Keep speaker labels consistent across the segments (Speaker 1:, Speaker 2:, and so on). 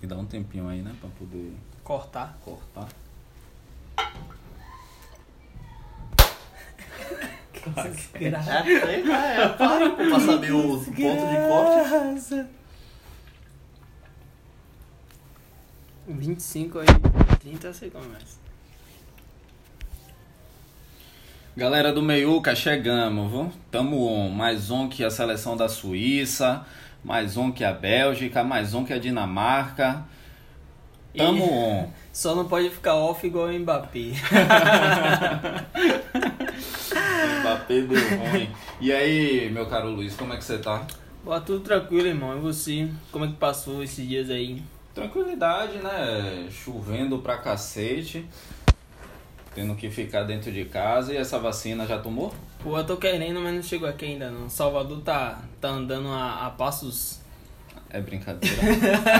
Speaker 1: que dar um tempinho aí, né? Pra poder
Speaker 2: Cortar.
Speaker 1: cortar.
Speaker 2: Graça.
Speaker 3: É, é, é, para pô, pra saber os pontos de corte.
Speaker 2: Graça. 25 aí, 30 eu sei como é.
Speaker 1: Galera do Meiuca, chegamos, viu? Tamo on. Mais on que a seleção da Suíça, mais on que a Bélgica, mais on que a Dinamarca. Tamo
Speaker 2: E-
Speaker 1: on.
Speaker 2: Só não pode ficar off igual o Mbappé.
Speaker 1: Mbappé deu ruim. E aí, meu caro Luiz, como é que você tá?
Speaker 2: Boa, tudo tranquilo, irmão. E você? Como é que passou esses dias aí?
Speaker 1: Tranquilidade, né? Chovendo pra cacete. Tendo que ficar dentro de casa. E essa vacina já tomou?
Speaker 2: Pô, eu tô querendo, mas não chegou aqui ainda não. Salvador tá, tá andando a, a passos.
Speaker 1: É brincadeira.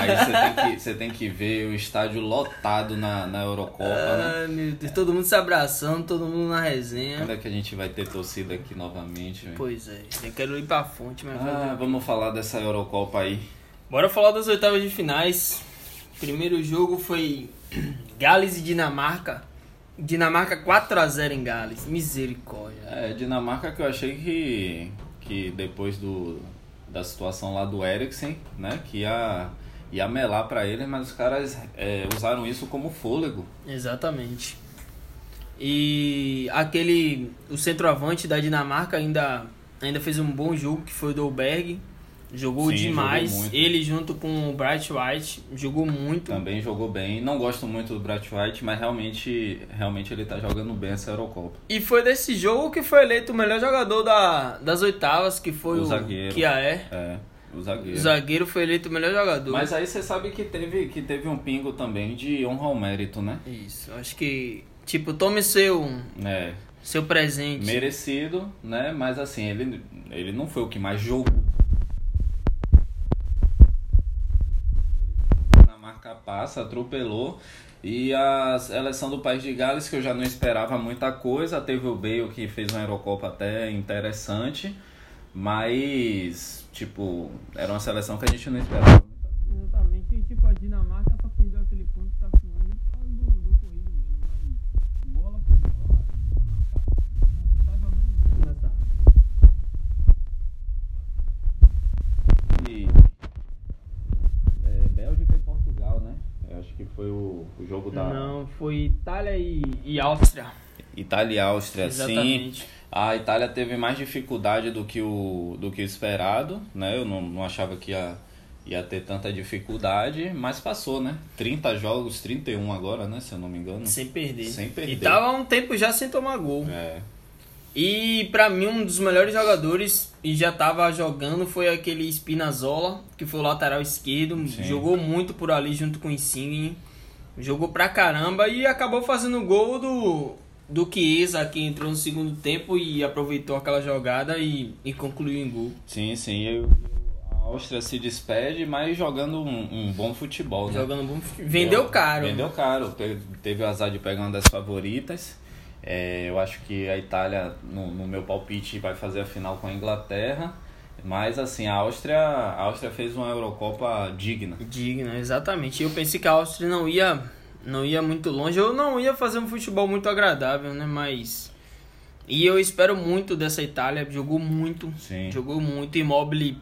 Speaker 1: Aí você tem que, você tem que ver o estádio lotado na, na Eurocopa, né?
Speaker 2: Ai, Ah, meu Deus, todo mundo se abraçando, todo mundo na resenha.
Speaker 1: Quando é que a gente vai ter torcida aqui novamente? velho?
Speaker 2: Pois é, eu quero ir pra fonte, mas.
Speaker 1: Ah, vamos falar dessa Eurocopa aí.
Speaker 2: Bora falar das oitavas de finais. Primeiro jogo foi Gales e Dinamarca. Dinamarca 4x0 em Gales. Misericórdia.
Speaker 1: É, Dinamarca que eu achei que, que depois do, da situação lá do Eriksen, né? Que ia, ia melar pra ele, mas os caras é, usaram isso como fôlego.
Speaker 2: Exatamente. E aquele. O centroavante da Dinamarca ainda, ainda fez um bom jogo, que foi o Dolberg. Jogou
Speaker 1: Sim,
Speaker 2: demais.
Speaker 1: jogou muito. Tá.
Speaker 2: Ele junto com o Bright White jogou muito.
Speaker 1: Também jogou bem. Não gosto muito do Brat White, mas realmente, realmente ele tá jogando bem essa Eurocopa.
Speaker 2: E foi desse jogo que foi eleito o melhor jogador da, das oitavas, que foi
Speaker 1: O
Speaker 2: o,
Speaker 1: zagueiro.
Speaker 2: Kiaé.
Speaker 1: É, o
Speaker 2: O
Speaker 1: zagueiro.
Speaker 2: zagueiro foi eleito o melhor jogador.
Speaker 1: Mas aí você sabe que teve, que teve um pingo também de honra ao mérito, né?
Speaker 2: Isso, acho que. Tipo, tome seu,
Speaker 1: É,
Speaker 2: seu presente.
Speaker 1: merecido, né? Mas assim, ele, ele não foi o que mais jogou. Na marca passa, atropelou. E a seleção do País de Gales, que eu já não esperava muita coisa, teve o Bale que fez uma Eurocopa até interessante, mas, tipo, era uma seleção que a gente não esperava.
Speaker 2: Exatamente, e tipo, a Dinamarca só perdeu aquele ponto que tá filmando por causa do, do corrido mesmo. Mas bola por bola, a Dinamarca tá jogando muito nessa.
Speaker 1: E, é, Bélgica e Portugal, né? Eu acho que foi o, o jogo da
Speaker 2: Não, foi Itália e, e Áustria.
Speaker 1: Itália e Áustria, sim.
Speaker 2: Exatamente.
Speaker 1: A Itália teve mais dificuldade do que o, do que o esperado, né? Eu não, não achava que ia, ia ter tanta dificuldade, mas passou, né? 30 jogos, 31 agora, né? Se eu não me engano.
Speaker 2: Sem perder.
Speaker 1: Sem perder.
Speaker 2: E tava há um tempo já sem tomar gol.
Speaker 1: É,
Speaker 2: E pra mim um dos melhores jogadores e já tava jogando foi aquele Spinazzola, que foi o lateral esquerdo,
Speaker 1: Sim.
Speaker 2: jogou muito por ali junto com o Insigne, jogou pra caramba e acabou fazendo o gol do do Chiesa, que entrou no segundo tempo e aproveitou aquela jogada e, e concluiu em gol.
Speaker 1: sim, sim. Eu, a Áustria se despede, mas jogando um, um bom futebol, né?
Speaker 2: Jogando bom, futebol. vendeu caro.
Speaker 1: Vendeu caro. Te- Teve o azar de pegar uma das favoritas. É, eu acho que a Itália, no, no meu palpite, vai fazer a final com a Inglaterra. Mas assim, a Áustria, a Áustria fez uma Eurocopa digna.
Speaker 2: Digna, exatamente. Eu pensei que a Áustria não ia, não ia muito longe, ou não ia fazer um futebol muito agradável, né? Mas. E eu espero muito dessa Itália, jogou muito.
Speaker 1: Sim.
Speaker 2: Jogou muito. Immobile,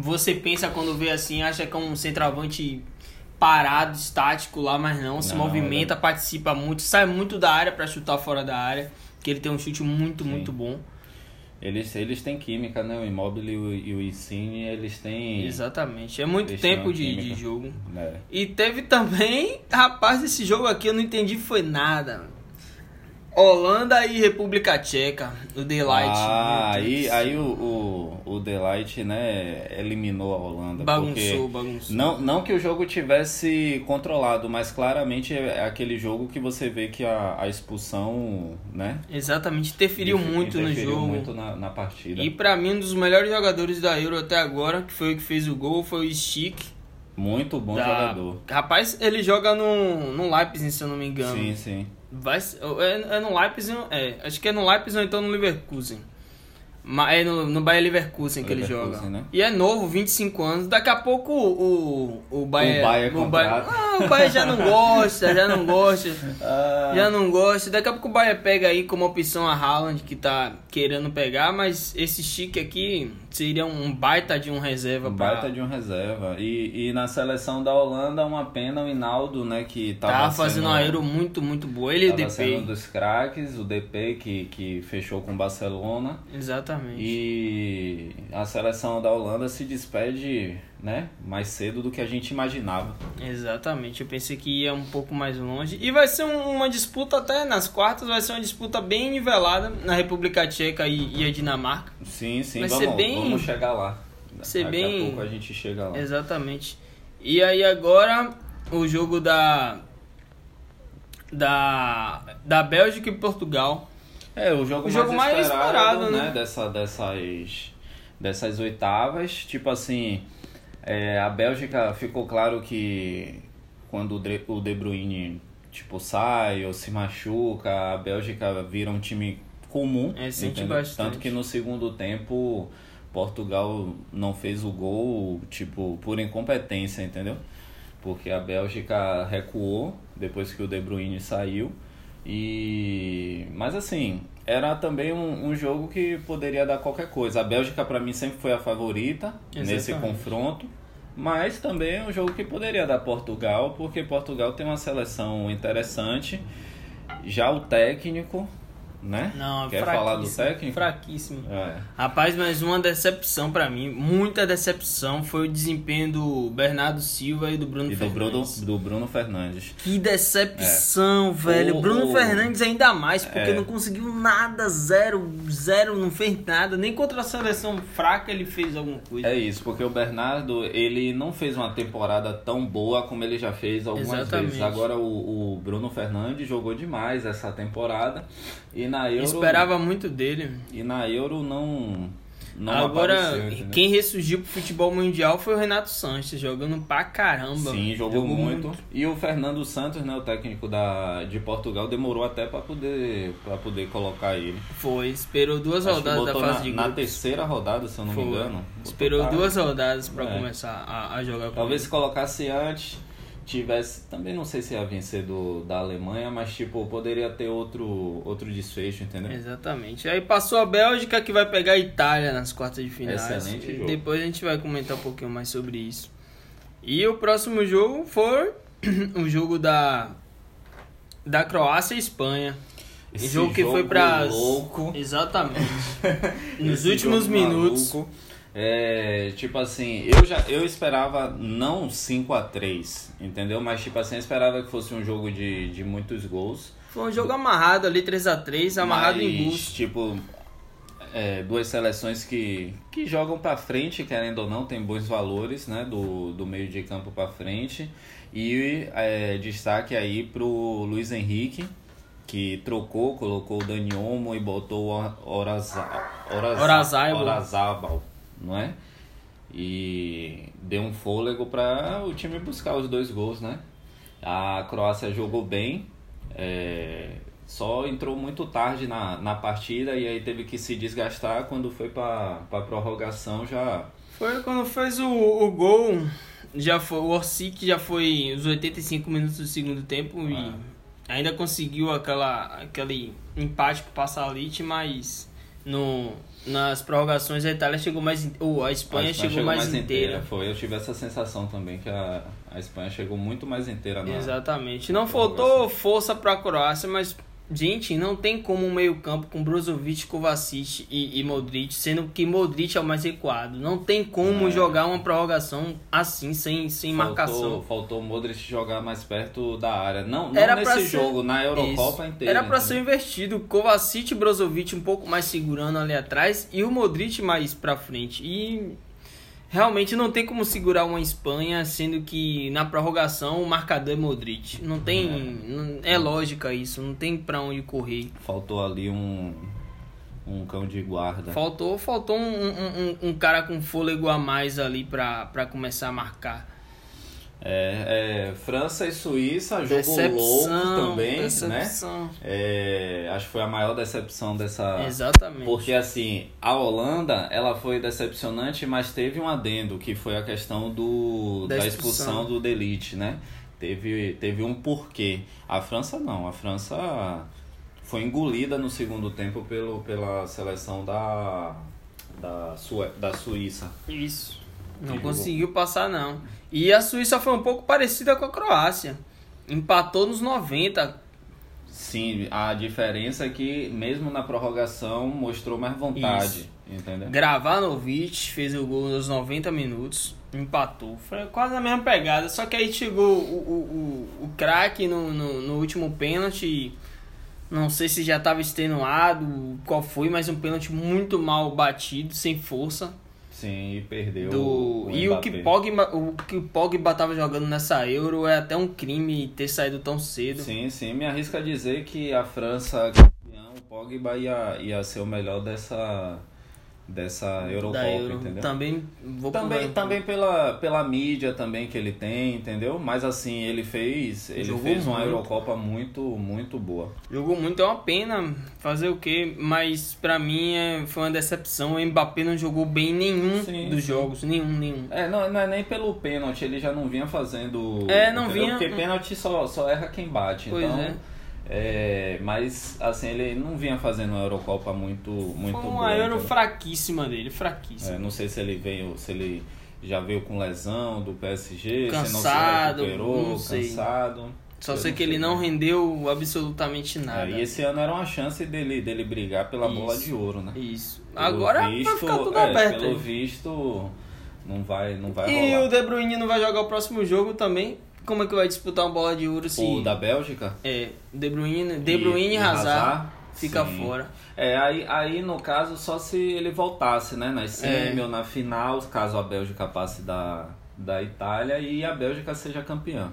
Speaker 2: você pensa quando vê assim, acha que é um centroavante parado, estático lá, mas não. Se
Speaker 1: Não, é.
Speaker 2: movimenta, participa muito, sai muito da área pra chutar fora da área. Que ele tem um chute muito, muito bom.
Speaker 1: Eles, eles têm química, né? O Immobile e o, e o Insigne, eles têm...
Speaker 2: Exatamente. É muito
Speaker 1: Eles têm
Speaker 2: tempo
Speaker 1: uma
Speaker 2: de, de
Speaker 1: química.
Speaker 2: jogo.
Speaker 1: É.
Speaker 2: E teve também, rapaz, esse jogo aqui eu não entendi foi nada. Holanda e República Tcheca, o Daylight.
Speaker 1: Ah,
Speaker 2: Meu
Speaker 1: aí,
Speaker 2: Deus.
Speaker 1: aí o, o, o Delight, né, eliminou a Holanda. porque-
Speaker 2: bagunçou, bagunçou.
Speaker 1: Não, não que o jogo tivesse controlado, mas claramente é aquele jogo que você vê que a, a expulsão, né?
Speaker 2: Exatamente, interferiu
Speaker 1: inter-
Speaker 2: muito no
Speaker 1: interferiu
Speaker 2: jogo.
Speaker 1: muito na, na partida.
Speaker 2: E pra mim um dos melhores jogadores da Euro até agora, que foi o que fez o gol, foi o Stick.
Speaker 1: Muito bom
Speaker 2: da-
Speaker 1: jogador.
Speaker 2: Rapaz, ele joga no, no Leipzig, se eu não me engano.
Speaker 1: Sim, sim.
Speaker 2: Vai, é, é no Leipzig, é, acho que é no Leipzig ou então no Leverkusen. Ma- É no, no Bayer Leverkusen que ele
Speaker 1: Leverkusen,
Speaker 2: joga.
Speaker 1: né?
Speaker 2: E é novo, 25 anos. Daqui a pouco o, o, o Bayer.
Speaker 1: O Bayer contrata.
Speaker 2: Ah, o Bayer já não gosta, já não gosta.
Speaker 1: Ah,
Speaker 2: Já não gosta. Daqui a pouco o Bayer pega aí como opção a Haaland, que tá querendo pegar, mas esse chique aqui seria um baita de um reserva
Speaker 1: um
Speaker 2: pra-
Speaker 1: baita de um reserva. E, e na seleção da Holanda, uma pena o Hinaldo, né? Que
Speaker 2: Tá
Speaker 1: tava,
Speaker 2: Tava fazendo
Speaker 1: sendo, né?
Speaker 2: uma aero muito, muito boa. Ele e o
Speaker 1: tava sendo um
Speaker 2: DP.
Speaker 1: dos craques, o DP que, que fechou com o Barcelona.
Speaker 2: Exatamente.
Speaker 1: E a seleção da Holanda se despede, né? Mais cedo do que a gente imaginava.
Speaker 2: Exatamente, eu pensei que ia um pouco mais longe. E vai ser um- uma disputa até nas quartas, vai ser uma disputa bem nivelada na República Tcheca e, e a Dinamarca.
Speaker 1: Sim, sim,
Speaker 2: Vai
Speaker 1: vamos,
Speaker 2: ser bem-
Speaker 1: vamos chegar lá.
Speaker 2: ser
Speaker 1: Daqui
Speaker 2: bem-
Speaker 1: a pouco a gente chega
Speaker 2: Tá.
Speaker 1: lá.
Speaker 2: Exatamente. E aí agora o jogo da da da Bélgica e Portugal.
Speaker 1: É, o jogo,
Speaker 2: O jogo mais esperado, né?
Speaker 1: Dessa, dessas, dessas oitavas. Tipo assim, é, a Bélgica ficou claro que quando o Dre- o De Bruyne tipo, sai ou se machuca, a Bélgica vira um time comum.
Speaker 2: É, sente
Speaker 1: entendeu?
Speaker 2: bastante.
Speaker 1: Tanto que no segundo tempo Portugal não fez o gol, tipo, por incompetência, entendeu? Porque a Bélgica recuou depois que o De Bruyne saiu. E mas assim, era também um, um jogo que poderia dar qualquer coisa. A Bélgica pra mim sempre foi a favorita nesse
Speaker 2: Exatamente.
Speaker 1: confronto, mas também é um jogo que poderia dar Portugal, porque Portugal tem uma seleção interessante. Já o técnico, né?
Speaker 2: Não, é
Speaker 1: Quer
Speaker 2: fraquíssimo,
Speaker 1: falar do técnico?
Speaker 2: Fraquíssimo.
Speaker 1: É.
Speaker 2: Rapaz, mas uma decepção pra mim, muita decepção foi o desempenho do Bernardo Silva e do Bruno
Speaker 1: E do
Speaker 2: Fernandes.
Speaker 1: Bruno, do Bruno Fernandes.
Speaker 2: Que decepção, velho.
Speaker 1: O-
Speaker 2: Bruno
Speaker 1: o-
Speaker 2: Fernandes ainda mais, porque
Speaker 1: É.
Speaker 2: não conseguiu nada, zero, zero, não fez nada. Nem contra a seleção fraca ele fez alguma coisa.
Speaker 1: É isso, porque o Bernardo, ele não fez uma temporada tão boa como ele já fez algumas
Speaker 2: Exatamente.
Speaker 1: vezes. Agora o, o Bruno Fernandes jogou demais essa temporada e na
Speaker 2: Eu
Speaker 1: Euro
Speaker 2: esperava muito dele.
Speaker 1: e na Euro não não
Speaker 2: Agora,
Speaker 1: apareceu, entendeu?
Speaker 2: quem ressurgiu pro futebol mundial foi o Renato Sanches, jogando pra caramba.
Speaker 1: Sim, jogou, muito. E o Fernando Santos, né, o técnico da, de Portugal, demorou até para poder para poder colocar ele.
Speaker 2: Foi, esperou duas
Speaker 1: Acho que
Speaker 2: rodadas da
Speaker 1: botou
Speaker 2: fase
Speaker 1: na,
Speaker 2: de
Speaker 1: na
Speaker 2: grupos.
Speaker 1: terceira rodada, se eu não
Speaker 2: Foi.
Speaker 1: me engano. Botou
Speaker 2: Esperou
Speaker 1: pra-
Speaker 2: duas rodadas pra
Speaker 1: É.
Speaker 2: começar a, a jogar com
Speaker 1: Talvez se
Speaker 2: ele.
Speaker 1: colocasse antes, tivesse. Também não sei se ia vencer do, da Alemanha, mas tipo, poderia ter outro, outro desfecho, entendeu?
Speaker 2: É, Exatamente. Aí passou a Bélgica que vai pegar a Itália nas quartas de finais.
Speaker 1: Excelente jogo.
Speaker 2: Depois a gente vai comentar um pouquinho mais sobre isso. E o próximo jogo foi o jogo da da Croácia e Espanha. Um
Speaker 1: Esse
Speaker 2: jogo que foi para
Speaker 1: louco.
Speaker 2: Exatamente. Nos
Speaker 1: Esse
Speaker 2: últimos
Speaker 1: jogo
Speaker 2: minutos.
Speaker 1: maluco. É, tipo assim, eu já eu esperava não 5 a 3 entendeu? Mas tipo assim, eu esperava que fosse um jogo de, de muitos gols.
Speaker 2: Foi um jogo amarrado ali 3 a 3, amarrado
Speaker 1: mas,
Speaker 2: em gols.
Speaker 1: Tipo, é, duas seleções que, que jogam pra frente, querendo ou não, tem bons valores, né? Do, do meio de campo pra frente. E é, destaque aí pro Luiz Henrique, que trocou, colocou o Dani Olmo e botou o Oraza- Oraza-
Speaker 2: Orazaibal.
Speaker 1: Orazaibal, não é? E deu um fôlego para o time buscar os dois gols, né? A Croácia jogou bem, é, só entrou muito tarde na, na partida e aí teve que se desgastar. Quando foi para a prorrogação, já
Speaker 2: Foi quando fez o, o gol, já foi, o Orsic já foi os 85 minutos do segundo tempo
Speaker 1: Ah.
Speaker 2: e ainda conseguiu aquela, aquele empate com o Passalite, mas no, nas prorrogações a Itália chegou mais. in- Ou a Espanha
Speaker 1: a Espanha
Speaker 2: chegou, mais, inteira.
Speaker 1: Foi, eu tive essa sensação também que a, a Espanha chegou muito mais inteira na,
Speaker 2: Exatamente. Não
Speaker 1: na
Speaker 2: faltou
Speaker 1: prorrogação.
Speaker 2: força para a Croácia, mas. Gente, não tem como um meio-campo com Brozovic, Kovacic e, e Modric, sendo que Modric é o mais recuado. Não tem como
Speaker 1: É.
Speaker 2: jogar uma prorrogação assim, sem, sem marcação.
Speaker 1: Faltou, faltou o Modric jogar mais perto da área. Não, não
Speaker 2: Era pra
Speaker 1: nesse
Speaker 2: ser-
Speaker 1: jogo, na Eurocopa
Speaker 2: Isso.
Speaker 1: inteira.
Speaker 2: Era pra
Speaker 1: entendeu?
Speaker 2: ser invertido. Kovacic e Brozovic um pouco mais segurando ali atrás e o Modric mais pra frente. E realmente não tem como segurar uma Espanha, sendo que na prorrogação o marcador é Modric. Não tem. não- É, lógica isso, não tem pra onde correr.
Speaker 1: Faltou ali um, um cão de guarda.
Speaker 2: Faltou, faltou um, um- um- um cara com fôlego a mais ali pra, pra começar a marcar.
Speaker 1: É, é, França e Suíça, Um jogo louco
Speaker 2: Decepção,
Speaker 1: também, né?
Speaker 2: decepção.
Speaker 1: É, acho que foi a maior decepção dessa.
Speaker 2: É, Exatamente.
Speaker 1: Porque assim, a Holanda, ela foi decepcionante, mas teve um adendo, que foi a questão do
Speaker 2: Da
Speaker 1: da
Speaker 2: expulsão.
Speaker 1: expulsão do Delite, né? Teve, teve um porquê. A França não, a França foi engolida no segundo tempo pelo, pela seleção da da, Sue, da Suíça.
Speaker 2: Isso. Não
Speaker 1: Jogou.
Speaker 2: conseguiu passar, não. E a Suíça foi um pouco parecida com a Croácia. Empatou nos 90.
Speaker 1: Sim, a diferença é que mesmo na prorrogação mostrou mais vontade, entendeu?
Speaker 2: Gravanovic fez o gol nos 90 minutos. Empatou. Foi quase a mesma pegada. Só que aí chegou o, o, o, o craque no, no, no último pênalti. Não sei se já estava extenuado, qual foi, mas um pênalti muito mal batido, sem força.
Speaker 1: Sim, e perdeu.
Speaker 2: do e o que
Speaker 1: Mbappé.
Speaker 2: Pogba, o que Pogba tava jogando nessa Euro é até um crime ter saído tão cedo.
Speaker 1: Sim, sim. Me arrisco a dizer que a França campeã, o Pogba ia, ia ser o melhor dessa, dessa Eurocopa,
Speaker 2: da Euro.
Speaker 1: entendeu?
Speaker 2: Também vou
Speaker 1: Também,
Speaker 2: pro-
Speaker 1: também pela, pela mídia também que ele tem, entendeu? Mas assim, ele fez, ele
Speaker 2: Jogou
Speaker 1: fez uma
Speaker 2: muito.
Speaker 1: Eurocopa muito, muito boa.
Speaker 2: Jogou muito, é uma pena fazer o quê? Mas pra mim é, foi uma decepção. O Mbappé não jogou bem em nenhum
Speaker 1: Sim,
Speaker 2: dos
Speaker 1: sim.
Speaker 2: jogos, nenhum, nenhum.
Speaker 1: É, não, não é nem pelo pênalti, ele já não vinha fazendo.
Speaker 2: É, não
Speaker 1: entendeu?
Speaker 2: vinha-
Speaker 1: Porque pênalti só, só erra quem bate.
Speaker 2: Pois
Speaker 1: então,
Speaker 2: é.
Speaker 1: é, Mas assim, ele não vinha fazendo uma Eurocopa muito, muito
Speaker 2: foi uma
Speaker 1: boa.
Speaker 2: Euro
Speaker 1: entendeu?
Speaker 2: fraquíssima dele, fraquíssima.
Speaker 1: É, não sei se ele veio, se ele já veio com lesão do PSG,
Speaker 2: Cansado,
Speaker 1: se não se recuperou,
Speaker 2: não sei.
Speaker 1: cansado.
Speaker 2: Só
Speaker 1: É, Eu não
Speaker 2: sei
Speaker 1: né?
Speaker 2: que ele não rendeu absolutamente nada.
Speaker 1: É, e esse ano era uma chance dele, dele brigar pela
Speaker 2: Isso.
Speaker 1: bola de ouro, né?
Speaker 2: Isso.
Speaker 1: Pelo
Speaker 2: Agora vai
Speaker 1: visto-
Speaker 2: ficar tudo
Speaker 1: é,
Speaker 2: aberto.
Speaker 1: Pelo
Speaker 2: aí.
Speaker 1: visto, não vai, não vai
Speaker 2: E o
Speaker 1: rolar.
Speaker 2: De Bruyne não vai jogar o próximo jogo também. Como é que vai disputar uma bola de ouro se.
Speaker 1: O da Bélgica?
Speaker 2: É, De Bruyne, De Bruyne e, Hazard, fica
Speaker 1: Sim.
Speaker 2: fora.
Speaker 1: É, aí, aí no caso, só se ele voltasse, né? Nas
Speaker 2: É.
Speaker 1: semi ou na final, caso a Bélgica passe da, da Itália e a Bélgica seja campeã.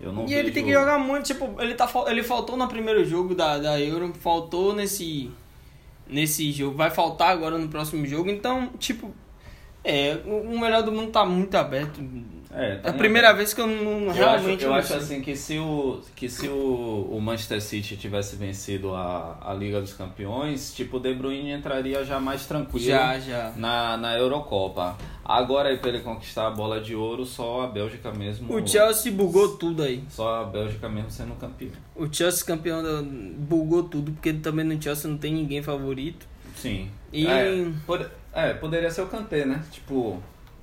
Speaker 1: Eu não
Speaker 2: E ele tem que
Speaker 1: vejo-
Speaker 2: jogar muito, tipo, ele, tá, fal- ele faltou no primeiro jogo da, da Euro, faltou nesse, nesse jogo, vai faltar agora no próximo jogo, então, tipo, é, o o melhor do mundo tá muito aberto.
Speaker 1: É,
Speaker 2: É a
Speaker 1: tem-
Speaker 2: primeira vez que eu não
Speaker 1: Eu
Speaker 2: realmente um
Speaker 1: acho, eu
Speaker 2: não
Speaker 1: acho
Speaker 2: sei.
Speaker 1: assim que se o que se o, o Manchester City tivesse vencido a, a Liga dos Campeões, tipo o De Bruyne entraria já mais tranquilo
Speaker 2: Já, já.
Speaker 1: na na Eurocopa. Agora aí pra ele conquistar a bola de ouro, só a Bélgica mesmo.
Speaker 2: O Chelsea bugou tudo aí.
Speaker 1: Só a Bélgica mesmo sendo campeã.
Speaker 2: O Chelsea campeão da- bugou tudo, porque também no Chelsea não tem ninguém favorito.
Speaker 1: Sim.
Speaker 2: E-
Speaker 1: É, pod- é, poderia ser o Kanté, né? Tipo,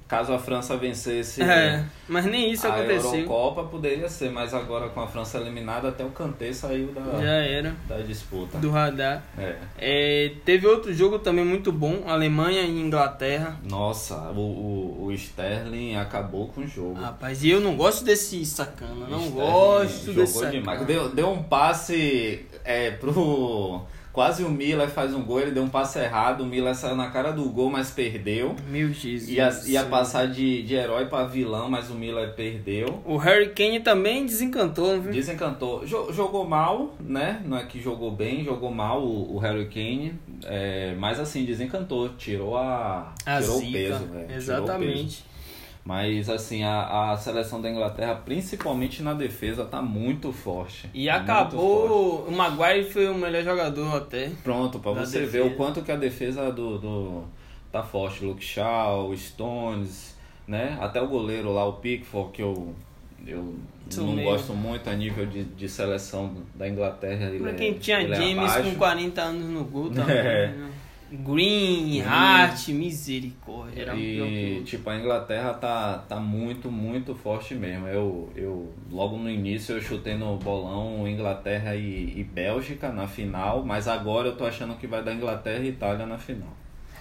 Speaker 1: caso a França vencesse
Speaker 2: É, mas nem isso
Speaker 1: a
Speaker 2: aconteceu.
Speaker 1: Eurocopa, poderia ser, mas agora com a França eliminada, até o Kanté saiu da
Speaker 2: Já era,
Speaker 1: da disputa.
Speaker 2: do radar.
Speaker 1: É.
Speaker 2: É, teve outro jogo também muito bom, Alemanha e Inglaterra.
Speaker 1: Nossa, o, o, o Sterling acabou com o jogo.
Speaker 2: Rapaz, e eu não gosto desse sacana, Ah, não
Speaker 1: Sterling
Speaker 2: gosto desse
Speaker 1: é, jogou
Speaker 2: sacana.
Speaker 1: demais. Deu, deu um passe é, pro. Quase o Miller faz um gol, ele deu um passe errado, o Miller saiu na cara do gol, mas perdeu.
Speaker 2: Meu Jesus.
Speaker 1: Ia, ia passar de, de herói pra vilão, mas o Miller perdeu.
Speaker 2: O Harry Kane também desencantou, viu?
Speaker 1: Desencantou. Jo- Jogou mal, né? Não é que jogou bem, jogou mal o, o Harry Kane. é, mas assim, desencantou. Tirou a.
Speaker 2: A
Speaker 1: tirou o
Speaker 2: zica,
Speaker 1: peso, velho. tirou o peso.
Speaker 2: Exatamente.
Speaker 1: Mas assim, a, a seleção da Inglaterra, principalmente na defesa, tá muito forte. Tá
Speaker 2: E
Speaker 1: Muito forte.
Speaker 2: acabou. O Maguire foi o melhor jogador até.
Speaker 1: Pronto, pra
Speaker 2: da
Speaker 1: você
Speaker 2: defesa.
Speaker 1: ver o quanto que a defesa do, do tá forte. Luke Shaw, Stones, né? Até o goleiro lá, o Pickford, que eu, eu
Speaker 2: Isso
Speaker 1: não
Speaker 2: mesmo.
Speaker 1: gosto muito a nível de, de seleção da Inglaterra. ele
Speaker 2: Pra
Speaker 1: é-
Speaker 2: quem tinha
Speaker 1: ele é
Speaker 2: James
Speaker 1: abaixo.
Speaker 2: com 40 anos no gol também.
Speaker 1: É.
Speaker 2: né? Green, Hart, misericórdia. Era pior que o
Speaker 1: E,
Speaker 2: outro.
Speaker 1: tipo, a Inglaterra tá, tá muito, muito forte mesmo. Eu, eu, logo no início, eu chutei no bolão Inglaterra e, e Bélgica na final, mas agora eu tô achando que vai dar Inglaterra e Itália na final.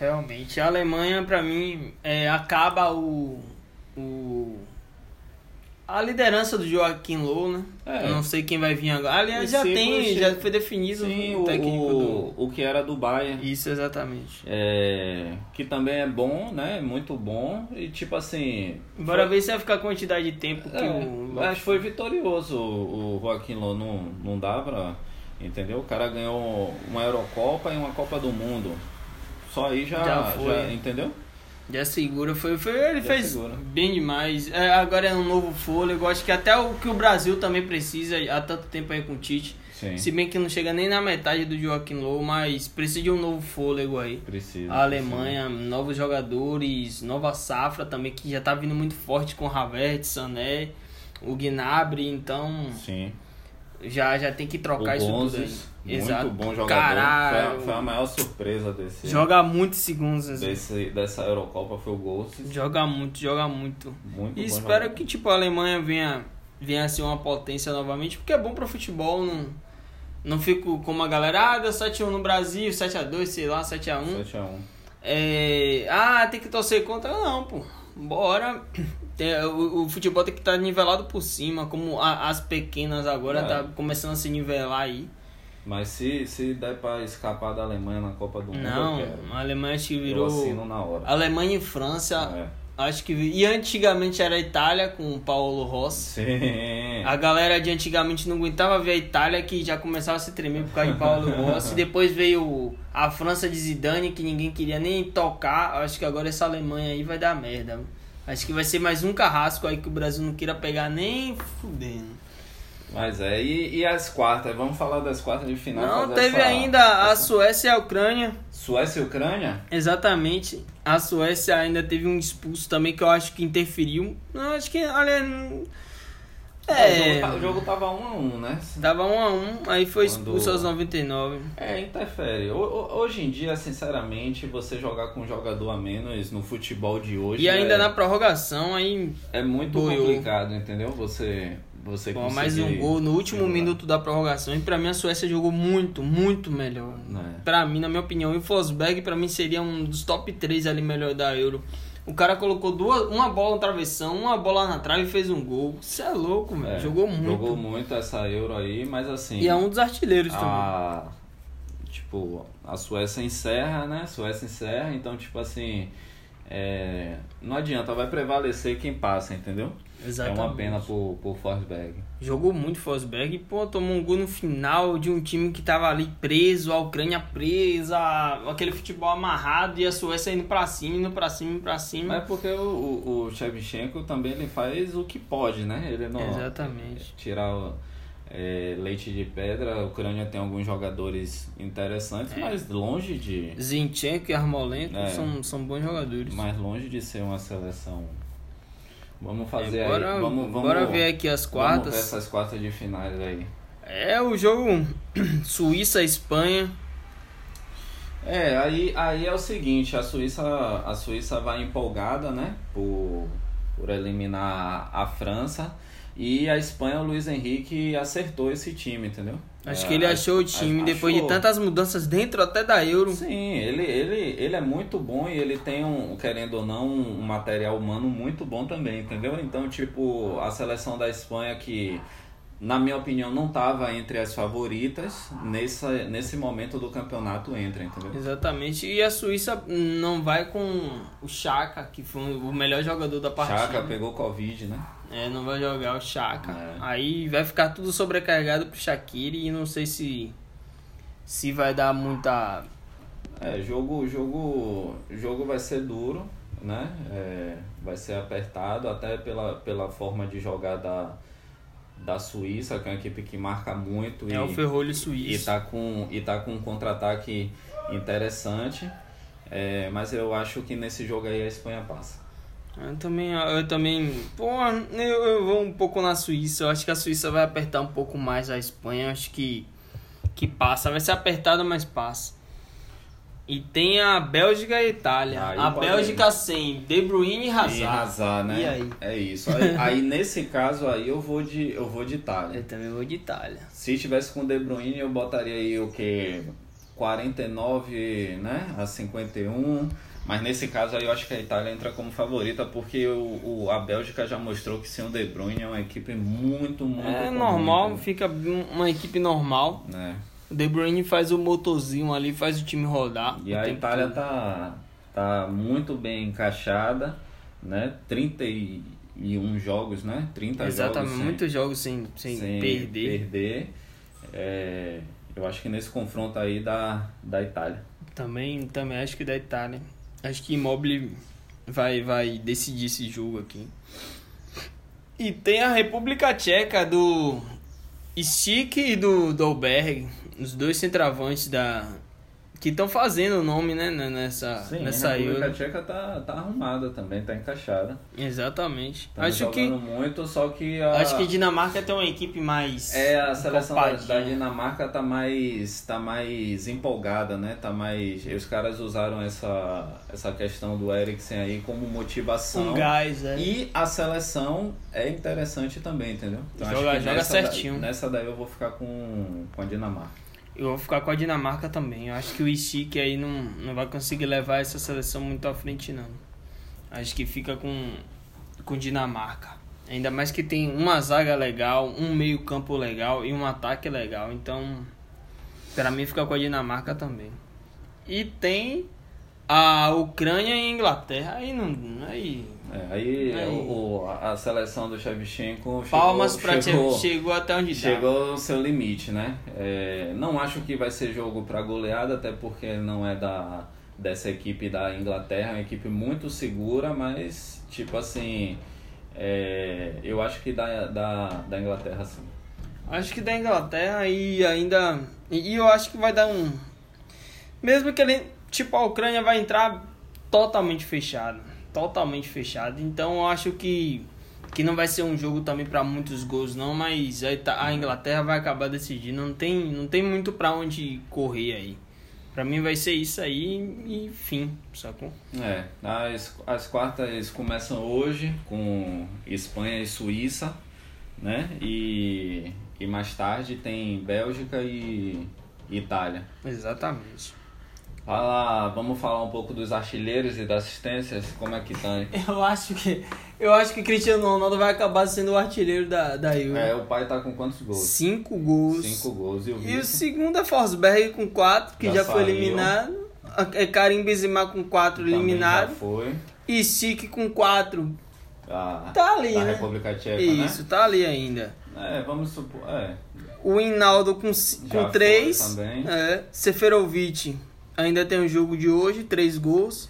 Speaker 2: Realmente, a Alemanha, pra mim, é, acaba o, o. A liderança do Joaquim Low, né?
Speaker 1: É.
Speaker 2: Eu não sei quem vai vir agora. Aliás,
Speaker 1: E
Speaker 2: já
Speaker 1: se
Speaker 2: tem,
Speaker 1: você-
Speaker 2: já foi definido
Speaker 1: Sim,
Speaker 2: o técnico
Speaker 1: o, o que era do Bayern.
Speaker 2: do. Isso, exatamente.
Speaker 1: É, que também é bom, né? Muito bom. E tipo assim.
Speaker 2: Bora ver se vai ficar a quantidade de tempo que
Speaker 1: É,
Speaker 2: o.
Speaker 1: Acho que foi vitorioso o o Joaquim Lô, não, não dá pra. Entendeu? O cara ganhou uma Eurocopa e uma Copa do Mundo. Só aí já,
Speaker 2: Já
Speaker 1: já
Speaker 2: foi.
Speaker 1: entendeu?
Speaker 2: Já segura, foi, foi- ele
Speaker 1: Já
Speaker 2: fez
Speaker 1: segura.
Speaker 2: bem demais. É, agora é um novo fôlego. Acho que até o que o Brasil também precisa há tanto tempo aí com o Tite.
Speaker 1: Sim,
Speaker 2: Se bem que não chega nem na metade do Joaquim Low, mas precisa de um novo fôlego aí.
Speaker 1: precisa.
Speaker 2: A Alemanha, novos jogadores, nova safra também, que já tá vindo muito forte com Havertz, Sané, o Gnabry, então
Speaker 1: precisa. Sim.
Speaker 2: já, já tem que trocar
Speaker 1: o
Speaker 2: isso
Speaker 1: Gonzes,
Speaker 2: tudo aí.
Speaker 1: muito bom jogador. Foi,
Speaker 2: Caralho,
Speaker 1: a, foi a maior surpresa desse,
Speaker 2: joga muito segundos,
Speaker 1: desse- dessa Eurocopa foi o Gonzes.
Speaker 2: joga muito, joga muito.
Speaker 1: Muito
Speaker 2: E
Speaker 1: bom
Speaker 2: espero
Speaker 1: jogador.
Speaker 2: que tipo a Alemanha venha venha a ser uma potência novamente, porque é bom para futebol, não não fico com uma galera, ah, deu 7 a 1 no Brasil, 7 a 2, sei lá, 7 a 1.
Speaker 1: 7 a 1.
Speaker 2: É, ah, tem que torcer contra. Não, pô. Bora. Tem- o, o futebol tem que estar nivelado por cima, como a- as pequenas agora
Speaker 1: É.
Speaker 2: tá começando a se nivelar aí.
Speaker 1: Mas se, se der pra escapar da Alemanha na Copa do Mundo,
Speaker 2: Não,
Speaker 1: É, eu quero.
Speaker 2: a Alemanha acho que
Speaker 1: Eu assino
Speaker 2: virou.
Speaker 1: na hora.
Speaker 2: Alemanha e França,
Speaker 1: É.
Speaker 2: acho que. vi- E antigamente era a Itália com o Paulo Rossi.
Speaker 1: Sim.
Speaker 2: A galera de antigamente não aguentava ver a Itália que já começava a se tremer por causa de Paulo Rossi. Depois veio a França de Zidane que ninguém queria nem tocar. Acho que agora essa Alemanha aí vai dar merda. Acho que vai ser mais um carrasco aí que o Brasil não queira pegar nem fudendo.
Speaker 1: Mas é, e, e as quartas? Vamos falar das quartas de final.
Speaker 2: Não,
Speaker 1: fazer
Speaker 2: teve
Speaker 1: essa-
Speaker 2: ainda a
Speaker 1: essa-
Speaker 2: Suécia e a Ucrânia.
Speaker 1: Suécia e Ucrânia?
Speaker 2: Exatamente. A Suécia ainda teve um expulso também que eu acho que interferiu. Eu acho que, olha. não- É.
Speaker 1: O jogo, tá- o jogo tava 1 a 1 né?
Speaker 2: Dava um a um, aí foi
Speaker 1: Quando-
Speaker 2: expulso aos 99.
Speaker 1: É, interfere. Ho- ho- hoje em dia, sinceramente, você jogar com um jogador a menos no futebol de hoje
Speaker 2: E ainda
Speaker 1: é,
Speaker 2: na prorrogação, aí.
Speaker 1: é muito
Speaker 2: Goiô.
Speaker 1: complicado, entendeu? Você, você
Speaker 2: Pô, mais um
Speaker 1: conseguir
Speaker 2: gol no último
Speaker 1: segurar.
Speaker 2: minuto da prorrogação. E pra mim a Suécia jogou muito, muito melhor.
Speaker 1: É.
Speaker 2: Pra mim, na minha opinião. E o Fosberg, pra mim, seria um dos top 3 ali melhor da Euro. O cara colocou duas, uma bola na travessão, uma bola na trave e fez um gol. Isso é louco, velho.
Speaker 1: É,
Speaker 2: jogou muito.
Speaker 1: Jogou muito essa Euro aí, mas assim...
Speaker 2: E é um dos artilheiros também.
Speaker 1: a, Ah, tipo, a Suécia encerra, né? A Suécia encerra, então, tipo assim... é, não adianta, vai prevalecer quem passa, entendeu? É uma pena pro, pro Forsberg.
Speaker 2: Jogou muito Fosberg e, pô, tomou um gol no final de um time que tava ali preso, a Ucrânia presa, aquele futebol amarrado e a Suécia indo pra cima, indo pra cima, indo pra cima.
Speaker 1: Mas porque o, o, o Shevchenko também ele faz o que pode, né? Ele não...
Speaker 2: Exatamente.
Speaker 1: tirar o, é, leite de pedra. A Ucrânia tem alguns jogadores interessantes,
Speaker 2: É.
Speaker 1: mas longe de
Speaker 2: Zinchenko e Armolenko
Speaker 1: É.
Speaker 2: são, são bons jogadores.
Speaker 1: mais longe de ser uma seleção. Vamos fazer
Speaker 2: É, bora,
Speaker 1: aí. Vamos, vamos,
Speaker 2: bora ver aqui as
Speaker 1: Vamos ver
Speaker 2: quartas.
Speaker 1: essas quartas de finais aí.
Speaker 2: É o jogo Suíça Espanha.
Speaker 1: É, aí, aí é o seguinte, a Suíça, a Suíça vai empolgada, né? Por, por eliminar a França. E a Espanha, o Luiz Henrique acertou esse time, entendeu?
Speaker 2: Acho
Speaker 1: É,
Speaker 2: que ele
Speaker 1: a-
Speaker 2: achou o time
Speaker 1: a-
Speaker 2: depois de
Speaker 1: achou.
Speaker 2: tantas mudanças dentro até da Euro.
Speaker 1: Sim, ele, ele, ele é muito bom e ele tem, um, querendo ou não, um material humano muito bom também, entendeu? Então, tipo, a seleção da Espanha que, na minha opinião, não estava entre as favoritas, nessa, nesse momento do campeonato entra, entendeu?
Speaker 2: Exatamente. E a Suíça não vai com o Chaka, que foi um- o melhor jogador da partida.
Speaker 1: Chaca pegou Covid, né?
Speaker 2: É, não vai jogar o Chaka.
Speaker 1: É.
Speaker 2: Aí vai ficar tudo sobrecarregado pro Shaqiri e não sei se se vai dar muita
Speaker 1: É, jogo, jogo, jogo vai ser duro, né? É, vai ser apertado, até pela, pela forma de jogar da, da Suíça, que é uma equipe que marca muito.
Speaker 2: é o
Speaker 1: e-
Speaker 2: ferrolho
Speaker 1: e
Speaker 2: suíço.
Speaker 1: tá com e tá com um contra-ataque interessante É, mas eu acho que nesse jogo aí a Espanha passa
Speaker 2: Eu também, eu também, pô, eu, eu vou um pouco na Suíça. Eu acho que a Suíça vai apertar um pouco mais a Espanha. Eu acho que que passa, vai ser apertada, mas passa. E tem a Bélgica e a Itália.
Speaker 1: Aí
Speaker 2: a
Speaker 1: pode-
Speaker 2: Bélgica sem De Bruyne e Hazard.
Speaker 1: e Hazard, né
Speaker 2: E aí?
Speaker 1: é isso aí, aí nesse caso aí eu vou de eu vou de Itália
Speaker 2: Eu também vou de Itália.
Speaker 1: se tivesse com o De Bruyne eu botaria aí o que 49 né a 51 mas nesse caso aí eu acho que a Itália entra como favorita porque o, o- a Bélgica já mostrou que sem o De Bruyne é uma equipe muito muito
Speaker 2: É
Speaker 1: comum,
Speaker 2: normal, fica um- uma equipe normal.
Speaker 1: então, né?
Speaker 2: O De Bruyne faz o motorzinho ali, faz o time rodar.
Speaker 1: E
Speaker 2: o
Speaker 1: a
Speaker 2: tempo
Speaker 1: Itália
Speaker 2: todo.
Speaker 1: tá, tá muito bem encaixada, né? 31 jogos, né? 30
Speaker 2: Exatamente,
Speaker 1: jogos sem,
Speaker 2: muitos jogos sem, sem, perder.
Speaker 1: perder. É, eu acho que nesse confronto aí da, da Itália.
Speaker 2: tá, Também, também acho que da Itália. Acho que né? Immobile vai, vai decidir esse jogo aqui. E tem a República Tcheca do Stick e do Dolberg, os dois centravantes da que estão fazendo o nome, né, n- nessa
Speaker 1: Sim,
Speaker 2: nessa
Speaker 1: a República
Speaker 2: Euro.
Speaker 1: Tcheca tá, tá arrumada também, tá encaixada.
Speaker 2: Exatamente.
Speaker 1: Tá
Speaker 2: acho que
Speaker 1: jogando muito, só que a,
Speaker 2: acho que Dinamarca tem uma equipe mais
Speaker 1: é, a seleção da,
Speaker 2: encorpadinha.
Speaker 1: da Dinamarca tá mais, tá mais empolgada, né? Tá mais. Os caras usaram essa, essa questão do Eriksen aí como motivação.
Speaker 2: um gás, é.
Speaker 1: E a seleção é interessante também, entendeu? Então,
Speaker 2: Joga- joga
Speaker 1: nessa
Speaker 2: certinho.
Speaker 1: Da, nessa daí eu vou ficar com, com a Dinamarca.
Speaker 2: Eu vou ficar com a Dinamarca também. Eu acho que o Stick aí não, não vai conseguir levar essa seleção muito à frente, não. Acho que fica com, com Dinamarca. Ainda mais que tem uma zaga legal, um meio-campo legal e um ataque legal. Então, pra mim, fica com a Dinamarca também. E tem a Ucrânia e a Inglaterra. Aí não. Aí.
Speaker 1: É, aí
Speaker 2: Aí.
Speaker 1: o- o- a seleção do Shevchenko chegou,
Speaker 2: Palmas pra chegou,
Speaker 1: chegou,
Speaker 2: chegou até onde dá.
Speaker 1: chegou ao seu limite, né? É, não acho que vai ser jogo pra goleada, até porque não é da dessa equipe da Inglaterra, é uma equipe muito segura, mas tipo assim, é, eu acho que da, da, da Inglaterra sim.
Speaker 2: Acho que da Inglaterra e ainda. E, e eu acho que vai dar um. Mesmo que ele. Tipo, a Ucrânia vai entrar totalmente fechada. Totalmente fechada. Então eu acho que. Que não vai ser um jogo também pra muitos gols, não. Mas a, Ita- a Inglaterra vai acabar decidindo. Não tem, não tem muito pra onde correr aí. Pra mim vai ser isso aí e fim, sacou?
Speaker 1: É, as, as quartas começam hoje com Espanha e Suíça, né? E, e mais tarde tem Bélgica e Itália.
Speaker 2: Exatamente.
Speaker 1: Fala, vamos falar um pouco dos artilheiros e das assistências, como é que tá? hein?
Speaker 2: Eu acho que. Eu acho que Cristiano Ronaldo vai acabar sendo o artilheiro da, da Euro.
Speaker 1: É, o pai tá com quantos gols?
Speaker 2: Cinco gols.
Speaker 1: Cinco gols e o
Speaker 2: E o
Speaker 1: vice.
Speaker 2: segundo é Forsberg com 4, que
Speaker 1: Já
Speaker 2: já, foi
Speaker 1: saiu.
Speaker 2: eliminado. A- É Karim Benzema com 4
Speaker 1: também
Speaker 2: eliminado.
Speaker 1: já foi.
Speaker 2: E Chique com 4.
Speaker 1: A,
Speaker 2: Tá ali,
Speaker 1: da
Speaker 2: né?
Speaker 1: República Tcheca,
Speaker 2: Isso, tá ali ainda.
Speaker 1: né? É, vamos supor. É,
Speaker 2: O Hinaldo com, c-
Speaker 1: Já
Speaker 2: com
Speaker 1: foi
Speaker 2: 3.
Speaker 1: também.
Speaker 2: É. Seferovic ainda tem o jogo de hoje, 3 gols.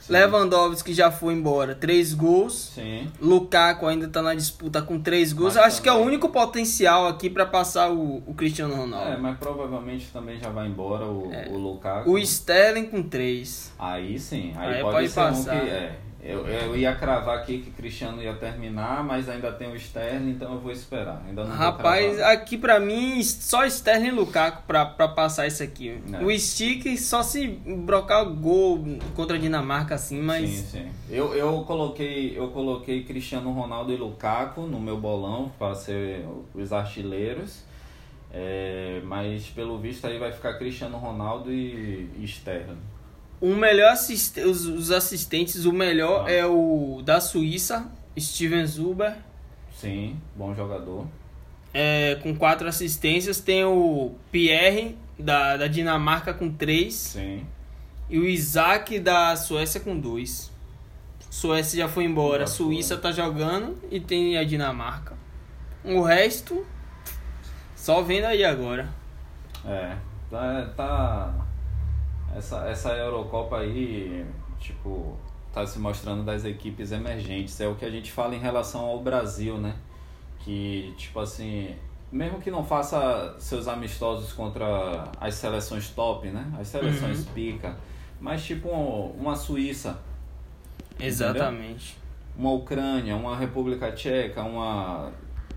Speaker 1: Sim.
Speaker 2: Lewandowski já foi embora, 3 gols.
Speaker 1: sim.
Speaker 2: Lukaku ainda tá na disputa com 3 gols.
Speaker 1: Mas
Speaker 2: Eu acho que é o
Speaker 1: também-
Speaker 2: único potencial aqui pra passar o, o Cristiano
Speaker 1: É,
Speaker 2: Ronaldo.
Speaker 1: mas provavelmente também já vai embora o,
Speaker 2: É.
Speaker 1: o Lukaku.
Speaker 2: O Sterling com 3.
Speaker 1: Aí sim, aí,
Speaker 2: Aí
Speaker 1: pode,
Speaker 2: pode
Speaker 1: ser
Speaker 2: passar.
Speaker 1: um que é. Eu, eu ia cravar aqui que Cristiano ia terminar, mas ainda tem o Sterling, então eu vou esperar. Ainda não vou
Speaker 2: Rapaz,
Speaker 1: cravar.
Speaker 2: aqui pra mim só Sterling e Lukaku pra, pra passar isso aqui.
Speaker 1: Né.
Speaker 2: O Stick só se brocar o gol contra a Dinamarca assim, mas
Speaker 1: Sim, sim. Eu, eu coloquei, eu coloquei Cristiano Ronaldo e Lukaku no meu bolão para ser os artilheiros. É, mas pelo visto aí vai ficar Cristiano Ronaldo e, e Sterling.
Speaker 2: o melhor assist... os, os assistentes, o melhor
Speaker 1: Ah.
Speaker 2: é o da Suíça, Steven Zuber.
Speaker 1: Sim, bom jogador.
Speaker 2: é, com quatro assistências, tem o Pierre da, da Dinamarca com três
Speaker 1: Sim.
Speaker 2: e o Isaac da Suécia com dois. Suécia já foi embora,
Speaker 1: Já
Speaker 2: a Suíça
Speaker 1: foi.
Speaker 2: tá jogando e tem a Dinamarca. O resto, só vendo aí agora.
Speaker 1: É, tá. tá- essa, essa Eurocopa aí, tipo, tá se mostrando das equipes emergentes. É o que a gente fala em relação ao Brasil, né? Que, tipo assim, mesmo que não faça seus amistosos contra as seleções top, né? As seleções pica. Mas, tipo, uma Suíça,
Speaker 2: Exatamente.
Speaker 1: uma Ucrânia, uma República Tcheca, uma.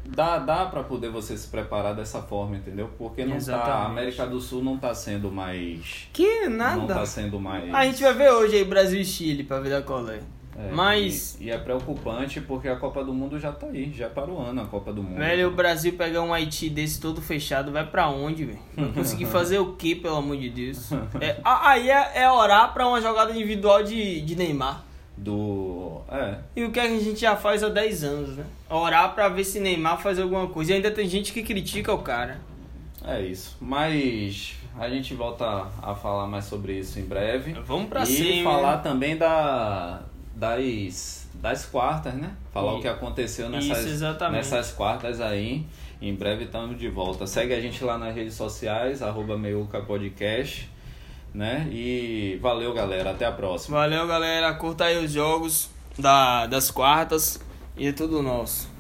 Speaker 1: Dá, dá para poder você se preparar dessa forma, entendeu? Porque não tá, a
Speaker 2: Exatamente.
Speaker 1: América do Sul não tá sendo mais.
Speaker 2: Que
Speaker 1: Não tá
Speaker 2: nada.
Speaker 1: sendo mais.
Speaker 2: A gente vai ver hoje aí Brasil e Chile pra ver da qual é.
Speaker 1: É,
Speaker 2: Mas,
Speaker 1: E, e é preocupante porque a Copa do Mundo já tá aí, já para o ano a Copa do Mundo.
Speaker 2: velho, o Brasil pegar um Haiti desse todo fechado, vai pra onde, velho? Vai conseguir fazer o que, pelo amor de Deus? É, a- aí é, é orar pra uma jogada individual de, de Neymar.
Speaker 1: Do. É.
Speaker 2: E o que a gente já faz há 10 anos, né? Orar pra ver se Neymar faz alguma coisa. E ainda tem gente que critica o cara.
Speaker 1: É isso. Mas a gente volta a falar mais sobre isso em breve.
Speaker 2: Vamos pra
Speaker 1: e
Speaker 2: cima.
Speaker 1: falar também da, das, das quartas, né? Falar
Speaker 2: E-
Speaker 1: o que aconteceu nessas,
Speaker 2: isso, exatamente.
Speaker 1: nessas quartas aí. Em breve estamos de volta. Segue a gente lá nas redes sociais, arroba meiuca podcast. né? E valeu, galera. Até a próxima.
Speaker 2: Valeu, galera. Curta aí os jogos da, das quartas e é tudo nosso.